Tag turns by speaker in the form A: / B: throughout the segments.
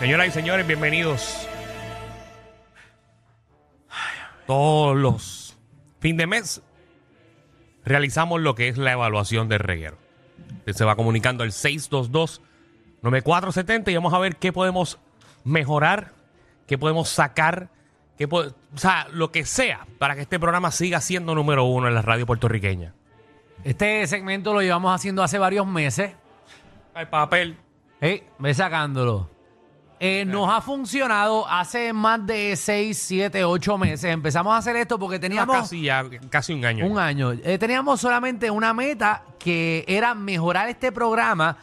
A: Señoras y señores, bienvenidos. Todos los fin de mes realizamos lo que es la evaluación del reguero. Usted se va comunicando al 622-9470 y vamos a ver qué podemos mejorar, qué podemos sacar, qué po- o sea, lo que sea para que este programa siga siendo número uno en la radio puertorriqueña.
B: Este segmento lo llevamos haciendo hace varios meses.
A: El papel.
B: Eh, ve sacándolo. Eh, Nos ha funcionado hace más de 6, 7, 8 meses. Empezamos a hacer esto porque teníamos
A: Casi, ya, casi un año.
B: un año. Eh, teníamos solamente una meta que era mejorar este programa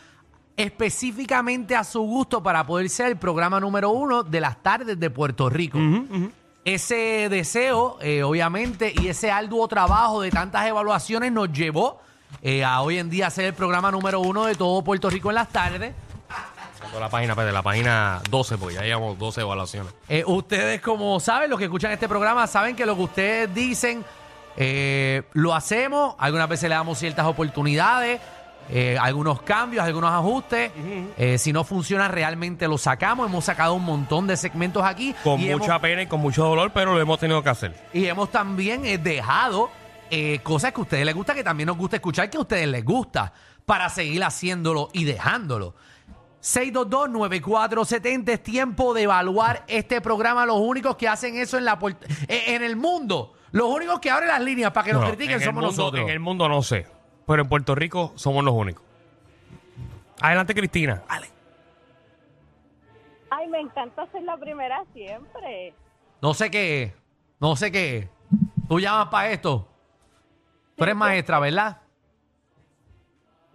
B: específicamente a su gusto para poder ser el programa número uno de las tardes de Puerto Rico. Ese deseo, eh, obviamente, y ese arduo trabajo de tantas evaluaciones nos llevó eh, a hoy en día ser el programa número uno de todo Puerto Rico en las tardes.
A: Por la página, espérate, la página 12, porque ya llevamos 12 evaluaciones.
B: Eh, ustedes, como saben, los que escuchan este programa, saben que lo que ustedes dicen eh, lo hacemos. Algunas veces le damos ciertas oportunidades, eh, algunos cambios, algunos ajustes. Eh, si no funciona, realmente lo sacamos. Hemos sacado un montón de segmentos aquí.
A: Con
B: y
A: mucha pena y con mucho dolor, pero lo hemos tenido que hacer.
B: y hemos también eh, dejado eh, cosas que a ustedes les gusta, que también nos gusta escuchar, que a ustedes les gusta, para seguir haciéndolo y dejándolo. 622-9470 es tiempo de evaluar este programa. Los únicos que hacen eso en, la puert- eh, en el mundo, los únicos que abren las líneas para que nos
A: No,
B: critiquen
A: en el
B: somos
A: mundo-
B: nosotros.
A: En el mundo no sé, pero en Puerto Rico somos los únicos. Adelante, Cristina.
C: Ay, me encanta ser la primera siempre.
B: No sé qué es, no sé qué es. Tú llamas para esto. Tú eres maestra, ¿verdad?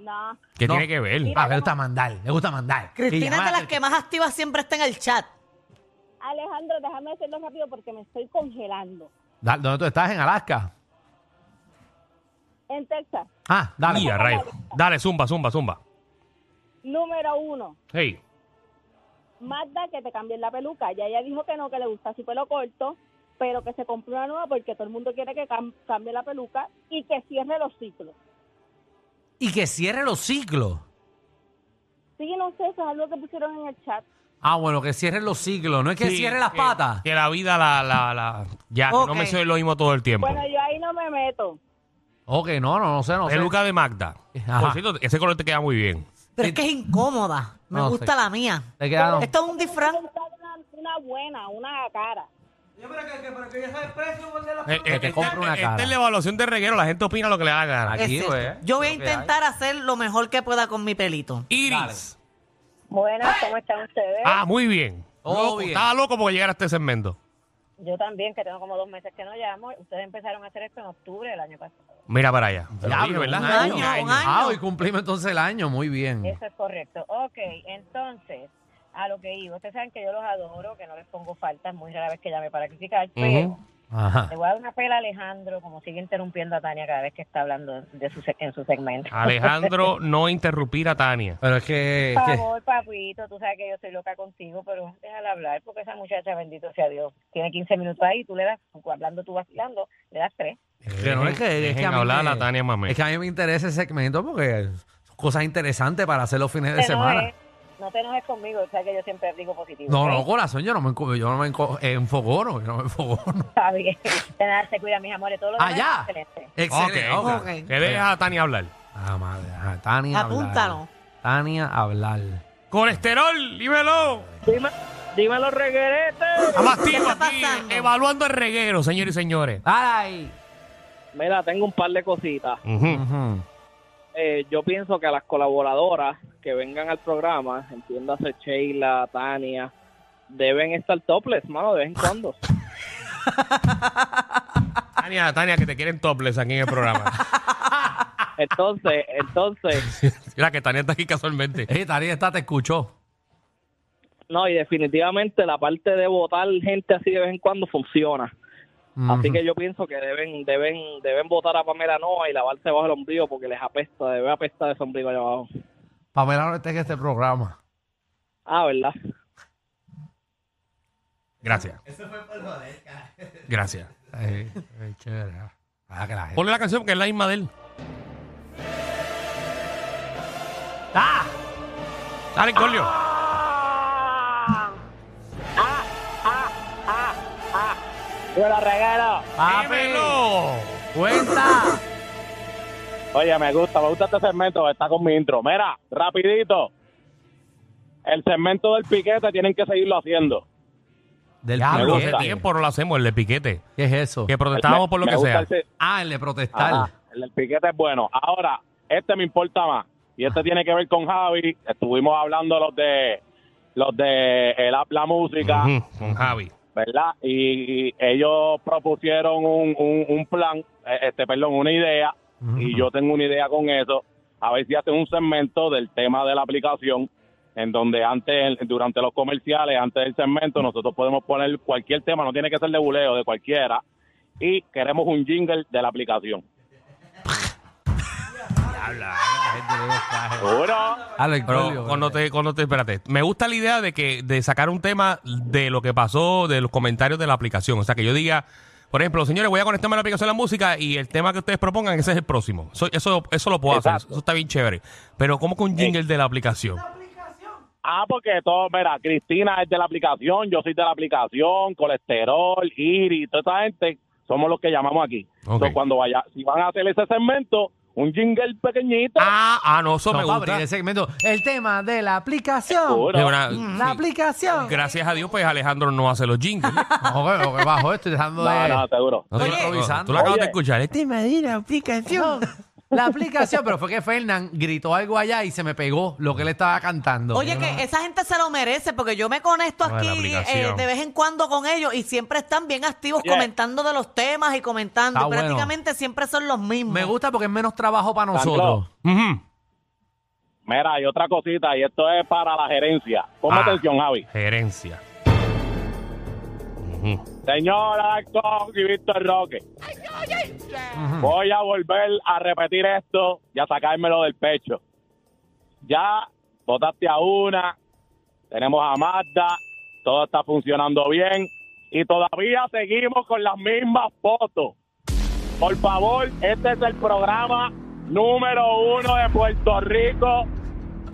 C: No,
A: ¿Qué
B: No.
A: tiene que ver?
C: Mira,
B: Ah, le gusta mandar, le gusta mandar.
D: Cristina es de las que más activas siempre está en el chat.
C: Alejandro, déjame hacerlo rápido porque me estoy congelando.
B: Da- ¿Dónde tú estás? ¿En Alaska?
C: En Texas,
B: Ah, dale.
A: Mira, rayo. Dale, zumba, zumba, zumba.
C: número uno,
A: Hey,
C: Magda, que te cambien la peluca. Ya ella dijo que no, que le gusta su pelo corto, pero que se compre una nueva porque todo el mundo quiere que cam- cambie la peluca y que cierre los ciclos.
B: Y que cierre los ciclos.
C: Sí, no sé, eso es algo que pusieron en el chat.
B: Ah, bueno, que cierren los ciclos, no es que
A: sí,
B: cierre las
A: que-
B: patas.
A: Que la vida la. la, la- ya, que no
D: Ok.
A: me soy lo mismo todo el tiempo.
C: Bueno, yo ahí no me meto.
B: Ok, no, no, no sé, no sé.
A: Peluca de Magda.
B: Ajá.
A: Por cierto, ese color te queda muy bien.
D: Pero es que es incómoda. Me
B: No,
D: gusta
B: sí.
D: la mía.
B: Te quedaron-
D: Esto es un disfraz.
C: Me gusta Una, una buena, una cara.
A: Eh,
B: Que te
A: esta-
B: compre una
A: Esta
B: cara.
A: es la evaluación de reguero, la gente opina lo que le da la gana.
B: Aquí,
D: Es
B: pues,
D: esto. Yo voy a
B: lo que hay.
D: intentar hacer lo mejor que pueda con mi pelito.
A: Iris.
C: Buenas, ¿cómo están ustedes?
A: Ah, muy bien.
B: Todo
A: Loco,
B: bien.
A: Estaba loco porque llegara a este segmento.
C: Yo también, que tengo como dos meses que no llamo. Ustedes empezaron a hacer esto en octubre del año pasado.
A: Mira para allá. Te lo
B: Diablo,
A: dije,
B: un
A: ¿verdad?
B: año,
D: Un año, un
B: Ah,
D: año.
B: hoy cumplimos entonces el año, muy bien.
C: Eso es correcto. Ok, entonces, a lo que iba. Ustedes saben que yo los adoro, que no les pongo faltas, muy rara vez que llame para criticar, pero
A: Ujú.
B: Ajá.
C: le voy a dar una pela a Alejandro, como sigue interrumpiendo a Tania cada vez que está hablando de su, se- en su segmento.
A: Alejandro, no interrumpir a Tania.
B: Pero es que,
C: Por
B: que-
C: favor, papito, tú sabes que yo soy loca contigo, pero déjala hablar, porque esa muchacha, bendito sea Dios, tiene 15 minutos ahí, tú le das, hablando tú vacilando, le das tres.
B: que no, es que, es que
A: Dejen
B: a mí
A: hablar
B: me-
A: a Tania Mamé.
B: es que a mí me interesa ese segmento porque son cosas interesantes para hacer los fines de
C: Te
B: semana.
C: enojes, no te enojes conmigo, o sea que yo siempre digo positivo.
B: No,
C: ¿ok?
B: no, corazón, yo no me, enco- yo no me enco- eh, enfogono, yo no me enfogono.
C: Está bien. De nada, se cuida, mis amores. Todo lo demás
B: Allá.
C: es excelente.
B: Excelente.
A: Ok,
B: ok.
D: ok.
A: Que dejes a Tania hablar.
B: Ah, madre, ajá, Tania hablar.
D: Apúntalo.
B: Tania hablar.
A: Colesterol, dímelo.
C: Dime los regueretes.
A: Estamos
D: ¿Qué
A: activos
D: está
A: aquí,
D: pasando?
A: evaluando el reguero, señores y señores.
B: ¡Ay!
E: Mira, tengo un par de cositas.
A: Ujú.
B: Ujú.
E: Eh, yo pienso que a las colaboradoras que vengan al programa, entiéndase Sheila, Tania, deben estar topless, mano, de vez en cuando.
A: Tania, Tania, que te quieren topless aquí en el programa.
E: Entonces, entonces,
A: Mira que Tania está aquí casualmente.
B: Eh, Tania, esta te escuchó.
E: no, y definitivamente la parte de votar gente así de vez en cuando funciona. Así
B: Ujú.
E: que yo pienso que deben deben deben votar a Pamela Noa y lavarse bajo el ombligo porque les apesta, debe apestar ese ombligo allá abajo.
B: Pamela no está en este programa.
E: Ah, ¿verdad?
A: Gracias. Gracias.
B: Ay, ay, chévere. ah. Ah, que la gente-
A: Ponle la canción que es la misma de él.
B: ¡Ah!
A: Dale, Corlio.
E: Yo lo regalo.
B: ¡Papi!
A: ¡Dímelo!
B: ¡Cuenta!
E: Oye, me gusta, me gusta este segmento, está con mi intro. Mira, rapidito. El segmento del piquete tienen que seguirlo haciendo.
B: Del
A: Ya, pero hace
B: piquete.
A: tiempo no Ah, lo hacemos, el de piquete.
B: ¿Qué es eso?
A: Que protestábamos
E: Me-
A: por lo
E: me
A: que
E: gusta
A: sea.
E: ese-
B: Ah, el de protestar.
E: Ajá, el del piquete es bueno. Ahora, este me importa más. Y este tiene que ver con Javi. Estuvimos hablando los de los de el app La Música,
A: Ujú, con Javi.
E: ¿verdad? Y ellos propusieron un, un- un plan, eh, este, perdón, una idea. Y yo tengo una idea con eso. A ver si hacen un segmento del tema de la aplicación, en donde antes, durante los comerciales, antes del segmento, nosotros podemos poner cualquier tema, no tiene que ser de buleo, de cualquiera. Y queremos un jingle de la aplicación. Seguro.
B: Ah, el
A: Pero
B: Corlio,
A: cuando te, cuando te, espérate, me gusta la idea de que de sacar un tema de lo que pasó, de los comentarios de la aplicación. O sea, que yo diga, por ejemplo, señores, voy a conectarme a la aplicación de la música y el tema que ustedes propongan, ese es el próximo. Eso, eso, eso lo puedo hacer,
E: Exacto. Eh.
A: eso está bien chévere. Pero ¿cómo con jingle de la aplicación?
E: Ah, porque todo, mira, Cristina es de la aplicación, yo soy de la aplicación, colesterol, Iri, toda esa gente, somos los que llamamos aquí.
A: Ok.
E: Entonces, cuando vaya, si van a hacer ese segmento, un jingle pequeñito.
A: Ah, ah, no, eso
B: No,
A: me
B: para abrir
A: gusta.
B: el segmento. El tema de la aplicación. Mm,
E: Seguro.
A: De una-
B: La
A: sí.
B: aplicación.
A: Gracias a Dios, pues Alejandro no hace los jingles.
B: Ojo, ojo, bajo esto, dejando
E: No,
B: de...
E: no, seguro.
A: No, tú-
B: Oye.
A: no, no, tú
B: Oye.
A: lo acabas de escuchar. Este
B: aplicación. La aplicación, pero fue que Fernán gritó algo allá y se me pegó lo que él estaba cantando.
D: Oye, que esa gente se lo merece porque yo me conecto
A: Ah, la
D: aquí
A: aplicación.
D: eh, de vez en cuando con ellos y siempre están bien activos
E: Yeah.
D: comentando de los temas y comentando.
B: Está
D: y
B: bueno.
D: prácticamente siempre son los mismos.
B: Me gusta porque es menos trabajo para
E: Tan
B: nosotros.
E: claro.
A: Ujú.
E: Mira, y otra cosita, y esto es para la gerencia. Pon
A: Ah.
E: atención, Javi.
A: Gerencia. Ujú.
E: Señora Cox y Víctor Roque. Voy a volver a repetir esto y a sacármelo del pecho. Ya votaste a una, tenemos a Marta, todo está funcionando bien y todavía seguimos con las mismas fotos. Por favor, este es el programa número uno de Puerto Rico.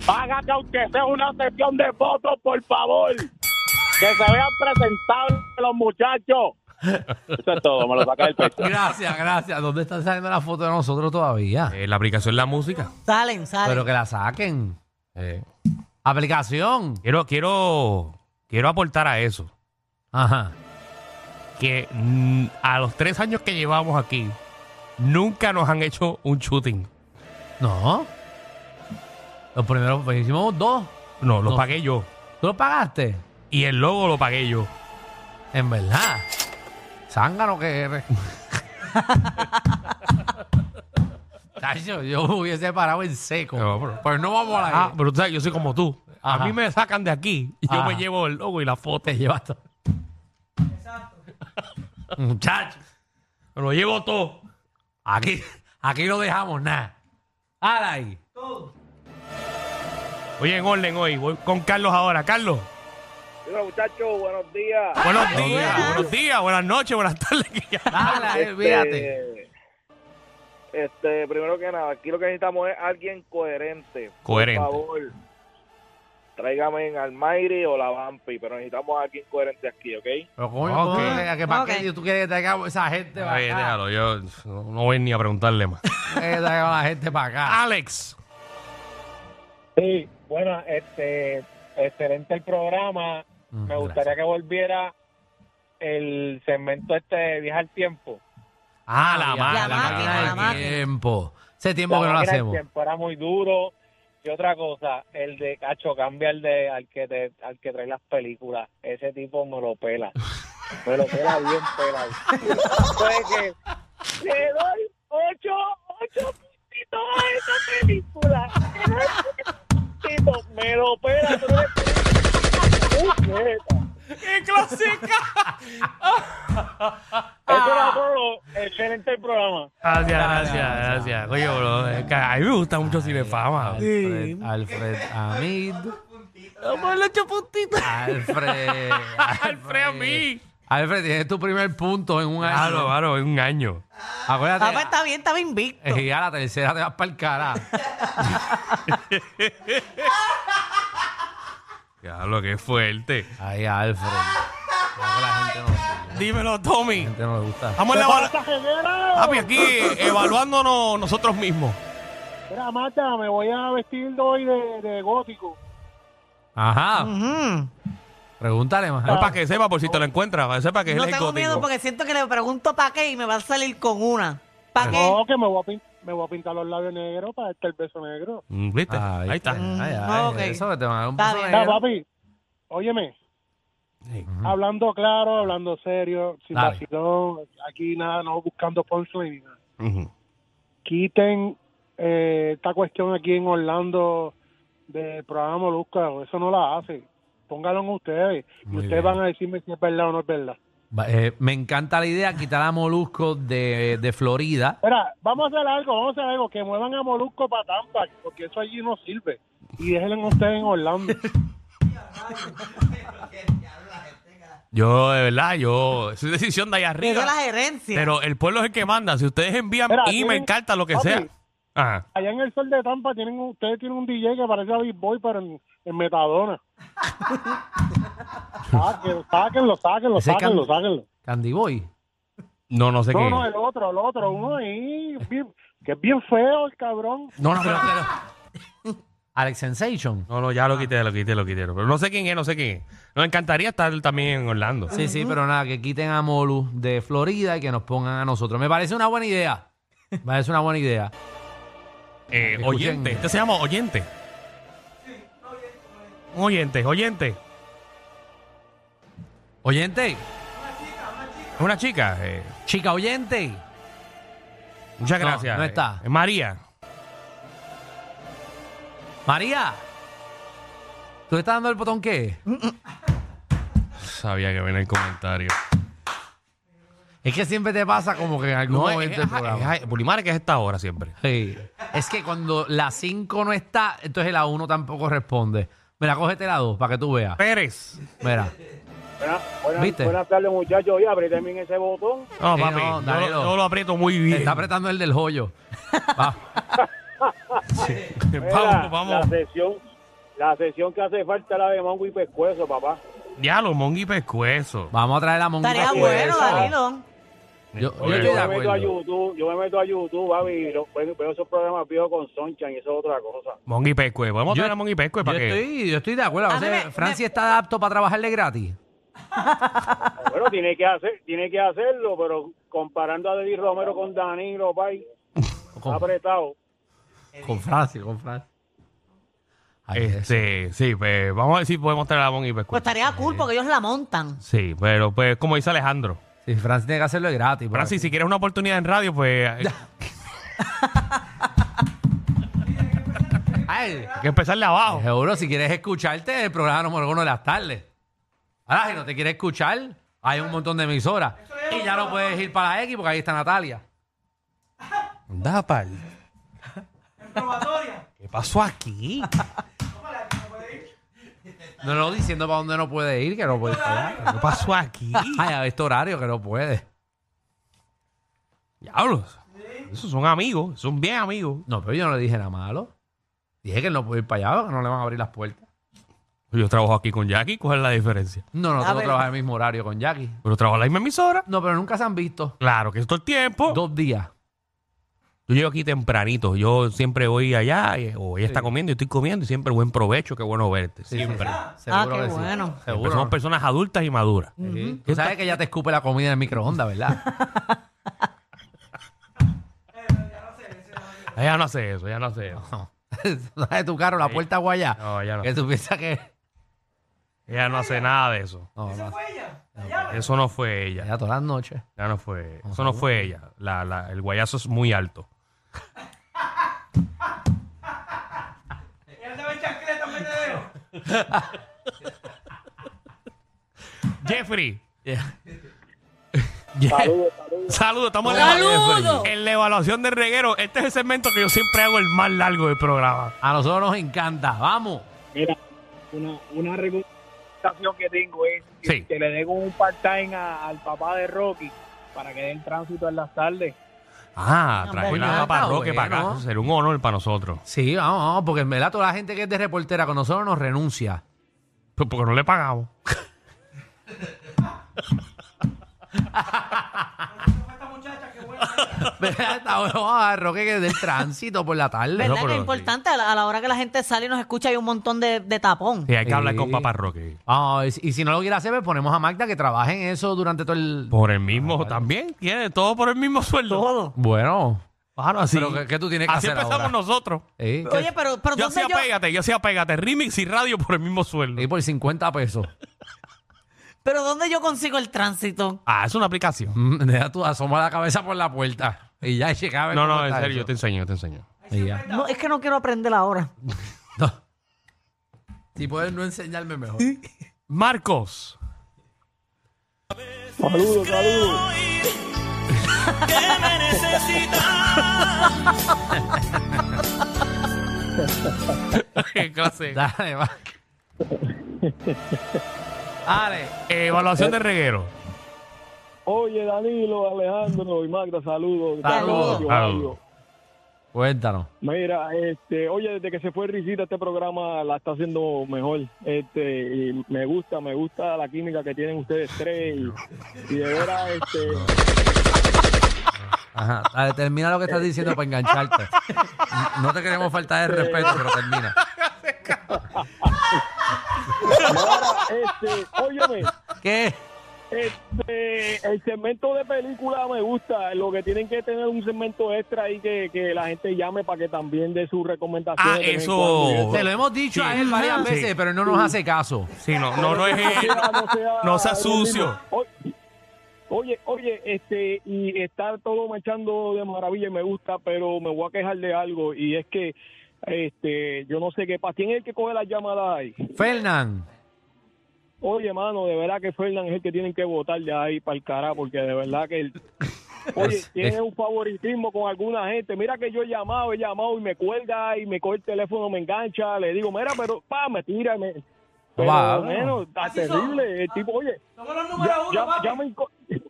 E: Págate aunque sea una sesión de fotos, por favor. Que se vean presentables los muchachos. Eso es todo, me lo saca del pecho.
B: Gracias, gracias. ¿Dónde está saliendo la foto de nosotros todavía?
A: Eh, la aplicación La Música.
D: Salen, salen.
B: Pero que la saquen.
A: Eh,
B: Aplicación.
A: quiero, quiero, quiero aportar a eso.
B: Ajá.
A: que mm, a los tres años que llevamos aquí, nunca nos han hecho un shooting.
B: No. Los primeros, pues hicimos dos.
A: No, lo
B: No.
A: pagué yo.
B: ¿Tú lo pagaste?
A: Y el logo lo pagué yo.
B: En verdad. Zángano que eres. Tacho, yo me hubiese parado en seco.
A: No, pero-
B: Pues no vamos a la
A: Ah, pero tú sabes, yo soy como tú.
B: Ajá.
A: A mí me sacan de aquí y yo
B: Ajá.
A: me llevo el logo y la foto.
B: Te llevas todo.
A: Muchacho, me lo llevo todo.
B: Ah, Aquí, aquí no dejamos nada. Hala ahí.
A: Oye, en orden hoy. Voy con Carlos ahora. Carlos,
E: muchachos, buenos días.
A: buenos días. Buenos días, buenas noches, buenas tardes. que ya-
B: Hala ahí, fíjate.
E: Este, primero que nada, aquí lo que necesitamos es alguien coherente.
A: Coherente.
E: Por favor, tráigame al Mayri o la Vampi, pero necesitamos a alguien coherente aquí, ¿ok?
B: Pero coño,
A: Ok.
B: coño, que para
D: Ok.
B: qué tú quieres que traigamos esa gente para
A: Oye,
B: acá.
A: déjalo, yo no, no voy ni a preguntarle más.
B: Que traigamos la gente para acá.
E: Ah,
A: Alex,
E: Sí, bueno, este, excelente el programa.
B: Mm,
E: Me gustaría que volviera el segmento este de Viaje al Tiempo.
A: Ah, la
B: máquina,
A: máquina,
B: la máquina
D: la
B: del
D: máquina.
B: tiempo. Hace tiempo que no
E: La
B: lo
E: máquina del
B: hacemos.
E: Tiempo era muy duro. Y otra cosa, el de Cacho cambia el de al que, te- al que trae las películas. Ese tipo me lo pela. Me lo pela bien pelado. Fue que le doy ocho, ocho puntitos a esa película. Le doy ocho puntitos. Me lo pela. tú no le- Puñeta.
A: ¡Qué clásica!
E: Eso era todo. Excelente el programa.
A: Gracias, gracias, gracias. Oye, bro, es que a mí me gusta mucho Cinefama.
B: Alfred, Alfred Amid.
D: Vamos los ocho puntitos.
B: Alfred.
A: Alfred, a mí.
B: Alfred, tienes tu primer punto en un año.
A: Claro, claro, en un año.
B: Acuérdate.
D: Ah, pues está bien, estaba invicto.
B: eh, a la tercera te vas para el cara.
A: Diablo, qué fuerte.
B: Ay, Alfred. Creo que la gente no, la
A: Dímelo, Tommy.
B: gente no le gusta.
A: Vamos a la bola.
E: Mira,
A: Papi, aquí evaluándonos nosotros mismos.
E: Mata, me voy a vestir hoy de, de gótico.
B: Ajá.
D: Ujú.
B: Pregúntale
A: Es
B: más.
A: para que sepa, por si te lo encuentras, para que sepa que es
D: No
A: el
D: tengo miedo
A: gótico.
D: porque siento que le pregunto para qué y me va a salir con una. ¿Para qué?
E: No, que me voy a, pin- me voy a pintar los labios negros para este el beso negro.
A: Mm, ¿Viste?
B: Ay,
A: Ahí está.
B: Ah, Ay, ay,
D: Mm, ok.
B: Eso que te van a dar un
D: Está
B: beso
D: bien.
E: Mira,
B: negro.
E: papi, óyeme,
A: Sí.
E: hablando claro, hablando serio, sin
B: Dale.
E: vacilón, aquí nada, no buscando sponsor ni nada.
A: Ujú.
E: Quiten eh, esta cuestión aquí en Orlando del programa Molusca, eso no la hace. Pónganlo en ustedes y
B: Muy
E: ustedes
B: bien.
E: van a decirme si es verdad o no es verdad.
B: Va- eh, me encanta la idea, quitar a Molusco de, de Florida.
E: Mira, vamos a hacer algo, vamos a hacer algo, que muevan a Molusco para Tampa, porque eso allí no sirve. Y déjenlo ustedes en Orlando.
A: Yo, de verdad, yo. Es decisión de allá
D: Eso es la
A: arriba.
D: gerencia.
A: Pero el pueblo es el que manda. Si ustedes envían
E: Mira,
A: email,
E: tienen-
A: carta, lo que
E: Papi,
A: sea. Ah, Ajá.
E: Allá en el sol de Tampa tienen ustedes tienen un DJ que parece a Big Boy, pero en, en Metadona. Sáquenlo, sáquenlo, sáquenlo,
B: Ese
E: sáquenlo,
B: can-
E: sáquenlo.
B: Candy Boy.
A: No, no sé qué.
E: No, no, el otro, el otro, uno ahí, bien- que es bien feo el cabrón.
B: No, no, pero. pero- Alex Sensation.
A: No, no, ya lo quité, lo quité, lo quité. Pero no sé quién es, no sé quién es. Nos encantaría estar también en Orlando.
B: Sí, sí, pero nada, que quiten a Molu de Florida y que nos pongan a nosotros. Me parece una buena idea. Me parece una buena idea.
A: Eh,
B: Escuchen.
A: oyente. Este se llama oyente. Un oyente, oyente.
B: Oyente,
A: Es una chica. eh,
B: chica oyente.
A: muchas
B: No,
A: gracias.
B: no está.
A: Eh, María.
B: María, ¿tú le estás dando el botón qué?
A: Sabía que venía el comentario.
B: Es que siempre te pasa como que en algún
A: No, es,
B: momento del este programa.
A: es, es- Bulimar, que es esta hora siempre.
B: Sí. Es que cuando la 5 no está, entonces la 1 tampoco responde. Mira, cógete la 2 para que tú veas.
A: Pérez.
B: Mira. ¿Viste? buenas
E: tardes, muchachos. Oye, abre también ese botón.
A: No,
B: Sí,
A: papi.
B: Eh, no,
A: yo,
B: Danilo.
A: lo- yo lo aprieto muy bien.
B: Te está apretando el del joyo. Va.
A: vamos, vamos.
E: sesión, la sesión que hace falta la de mango y pescuezo, papá.
A: Diablo, Mongui Pescuezo.
B: Vamos a traer la monguita.
D: Estaría
B: por
D: bueno,
B: eso.
D: Danilo.
B: Yo, yo
A: Oye,
B: estoy de
A: yo
B: acuerdo.
E: YouTube, yo me meto a YouTube, papi, y lo- pues, veo, veo esos programas viejos con Sonchan y eso es otra cosa.
A: Mongui Pescuezo. Vamos a
B: Yo-
A: traer a Mongui Pescuezo
B: Yo
A: para que.
B: estoy, yo estoy de acuerdo.
D: A
B: O sea,
D: mí me-
B: Francia
D: me-
B: está apto para trabajarle gratis.
E: Bueno, tiene que hacer, tiene que hacerlo, pero comparando a David Romero con Danilo, pay,
A: Oh.
B: Con,
E: apretado.
B: con Francia, con Francia. Ay, eso.
A: Este, sí, pues vamos a ver si podemos traer a Mongui Pescuezo.
D: Pues estaría cool porque ellos la montan.
A: Sí, pero pues como dice Alejandro.
B: Sí, Francia tiene que hacerlo de gratis. por
A: Francis,
B: aquí.
A: si quieres una oportunidad en radio, pues hay
B: Ay,
A: que empezar de
D: Oh.
A: abajo.
B: Seguro, si quieres escucharte, el programa número uno de las tardes. Ahora, si no te quieres escuchar, hay un montón de emisoras. Y ya no puedes ir para la X porque ahí está Natalia.
A: Anda, pal. ¿Qué pasó aquí?
B: No lo diciendo para dónde no puede ir, que no puede ir para allá.
A: ¿Qué pasó aquí?
B: Ay, a este horario que no puede.
A: Diablos. Esos son amigos, son bien amigos.
B: No, pero yo no le dije nada malo. Dije que él no puede ir para allá porque no le van a abrir las puertas.
A: Yo trabajo aquí con Jackie, ¿cuál es la diferencia?
B: No, no
D: A
B: tengo que
D: ver.
B: trabajar el mismo horario con Jackie.
A: Pero trabajo en la misma emisora.
B: No, pero nunca se han visto.
A: Claro que es todo el tiempo.
D: Oh.
B: Dos días.
A: Yo llego aquí tempranito. Yo siempre voy allá, y- o ella está comiendo, yo estoy comiendo, y siempre buen provecho, qué bueno verte.
B: Sí,
A: siempre.
B: sí, sí. Seguro
D: Ah, qué
B: que sí.
D: bueno.
A: Siempre
B: Seguro.
A: Somos personas adultas y maduras.
B: Sí. Tú sabes que ya te escupe la comida en el microondas, ¿verdad?
A: Ella no hace eso, ella no hace eso.
B: No. ¿Sabes tu carro, la puerta guayá?
A: No, ya no.
B: Que tú piensas que...
A: Ella no hace nada de eso.
B: No, no,
A: Eso no fue ella.
B: ya todas las noches.
A: Ya no fue. Eso no fue ella. La- la- el guayazo es muy alto. Jeffrey. Je-
E: Saludos, saludos.
A: Saludos, estamos en la- en la evaluación del reguero. Este es el segmento que yo siempre hago el más largo del programa.
B: A nosotros nos encanta, vamos.
E: Mira,
F: una, una recomendación que tengo es que,
A: Sí.
F: que le den un part-time a- al papá de Rocky para que den tránsito en las tardes.
A: Ah,
D: Ah,
A: traer
B: verdad,
A: la papa
B: está
A: Roque para acá.
B: bueno.
A: Eso Sería un honor para nosotros.
B: Sí, vamos, vamos, porque en verdad toda la gente que es de reportera con nosotros nos renuncia.
A: Pero Porque no le pagamos.
B: ¿Verdad? Está bueno, vamos a Roque que del tránsito por la tarde.
A: Pero-
D: ¿Verdad que es
A: sí.
D: importante? A la, a la hora que la gente sale y nos escucha hay un montón de, de tapón.
A: Sí, hay que hablar con
B: Sí.
A: papá Roque.
B: Ah, y si- y si no lo quiere hacer, pues ponemos a Magda que trabaje en eso durante todo el...
A: Por el mismo, también. Tiene todo por el mismo sueldo.
D: Todo.
B: Bueno.
A: Claro, así.
B: Pero ¿qué- qué tú tienes que
A: así
B: hacer
A: empezamos
B: ahora?
A: nosotros.
B: Sí.
D: Oye, pero, pero
A: Yo
D: ¿dónde
A: hacía
D: yo...?
A: pégate, yo hacía pégate. Remix y radio por el mismo sueldo.
B: Y por 50 pesos.
D: Pero ¿dónde yo consigo el tránsito?
A: Ah, es una aplicación.
B: Mm, Deja tú, asoma la cabeza por la puerta. Y ya llegaba.
A: No, no, en serio, yo te enseño, yo te enseño.
D: No, es que no quiero aprender ahora.
B: Si puedes no enseñarme mejor.
A: Marcos.
E: Saludos, saludos.
A: Qué clase.
B: Dale, va. Dale.
A: Evaluación de reguero.
E: Oye, Danilo, Alejandro y Magda, saludos.
B: Saludos.
A: Saludos.
B: Cuéntanos.
E: Mira, este, oye, desde que se fue Risita, este programa la está haciendo mejor. Este, y me gusta, me gusta la química que tienen ustedes tres. Y, y de veras, este,
B: Ajá. Dale, termina lo que estás diciendo para engancharte. No te queremos faltar el respeto, pero termina.
E: este, óyeme,
B: ¿Qué?
E: este, el segmento de película me gusta. Lo que tienen que tener un segmento extra ahí que, que la gente llame para que también dé sus recomendaciones.
A: Ah,
E: de vez en
A: eso.
E: cuando y
B: Te lo hemos dicho
A: Sí.
B: a él varias
A: Sí.
B: veces, pero él no nos hace caso.
A: Sí, no, no, no es él. No sea sucio.
E: Oye, oye, este, y está todo marchando de maravilla y me gusta, pero me voy a quejar de algo y es que, este, yo no sé qué pasa. ¿Quién es el que coge las llamadas ahí?
B: Fernán.
E: Oye, mano, de verdad que Fernández es el que tienen que votar de ahí para el carajo, porque de verdad que el... Oye,
B: Es- es-
E: tiene un favoritismo con alguna gente. Mira que yo he llamado, he llamado y me cuelga y me coge el teléfono, me engancha, le digo, mira, pero, pa, me tira, me... Pero,
B: Claro.
E: bueno, está terrible. El tipo, oye, ya- llama, inco-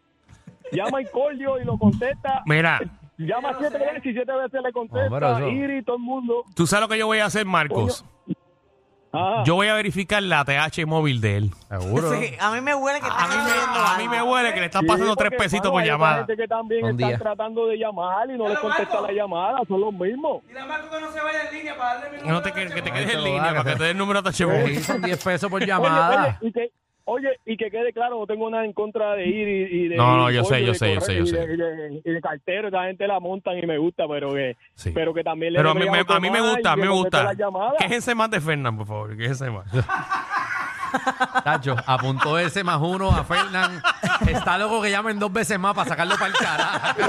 E: llama incordio y lo contesta.
A: Mira,
E: Llama siete veces y siete veces
B: pero
E: le contesta.
B: eso-
E: Iri, todo el mundo.
A: tú sabes lo que yo voy a hacer, Marcos.
E: Ajá.
A: Yo voy a verificar la TH móvil de él.
B: Seguro.
D: Sí, a mí me huele que
A: A mí
D: están
A: me,
D: haciendo
A: a mí
D: algo.
A: me huele que le estás
E: Sí,
A: pasando
E: porque,
A: tres pesitos
E: mano,
A: por
E: hay otra
A: llamada.
E: gente que también
B: Un
E: están
B: día.
E: tratando de llamar y no les contesta la llamada, son los mismos.
A: No te que, que te quedes
B: Ahí te
A: en
B: lo
A: línea
B: da,
A: para que
B: que
A: te dé el número de TH
B: Sí,
A: móvil.
B: son 10 pesos por
E: Oye,
B: llamada.
E: Oye, y que, oye, y que quede claro, no tengo nada en contra de ir y, y de...
A: No, no,
E: y
A: yo
E: de
A: sé, yo
E: correo,
A: sé, yo
E: y
A: sé,
E: de-
A: yo sé.
E: y de- Y de, y de cartero, la gente la montan y me gusta, pero que,
A: Sí.
E: pero que también le
A: Pero a mí,
E: debería
A: me- a mí me
E: automar
A: gusta, a
E: y
A: mí me
E: que conteste
A: gusta.
E: las llamadas.
A: Quéjense más de Fernán, por favor. Quéjense más.
B: Tacho, apuntó ese más uno a Fernán. Está loco que llamen dos veces más para sacarlo para el carajo.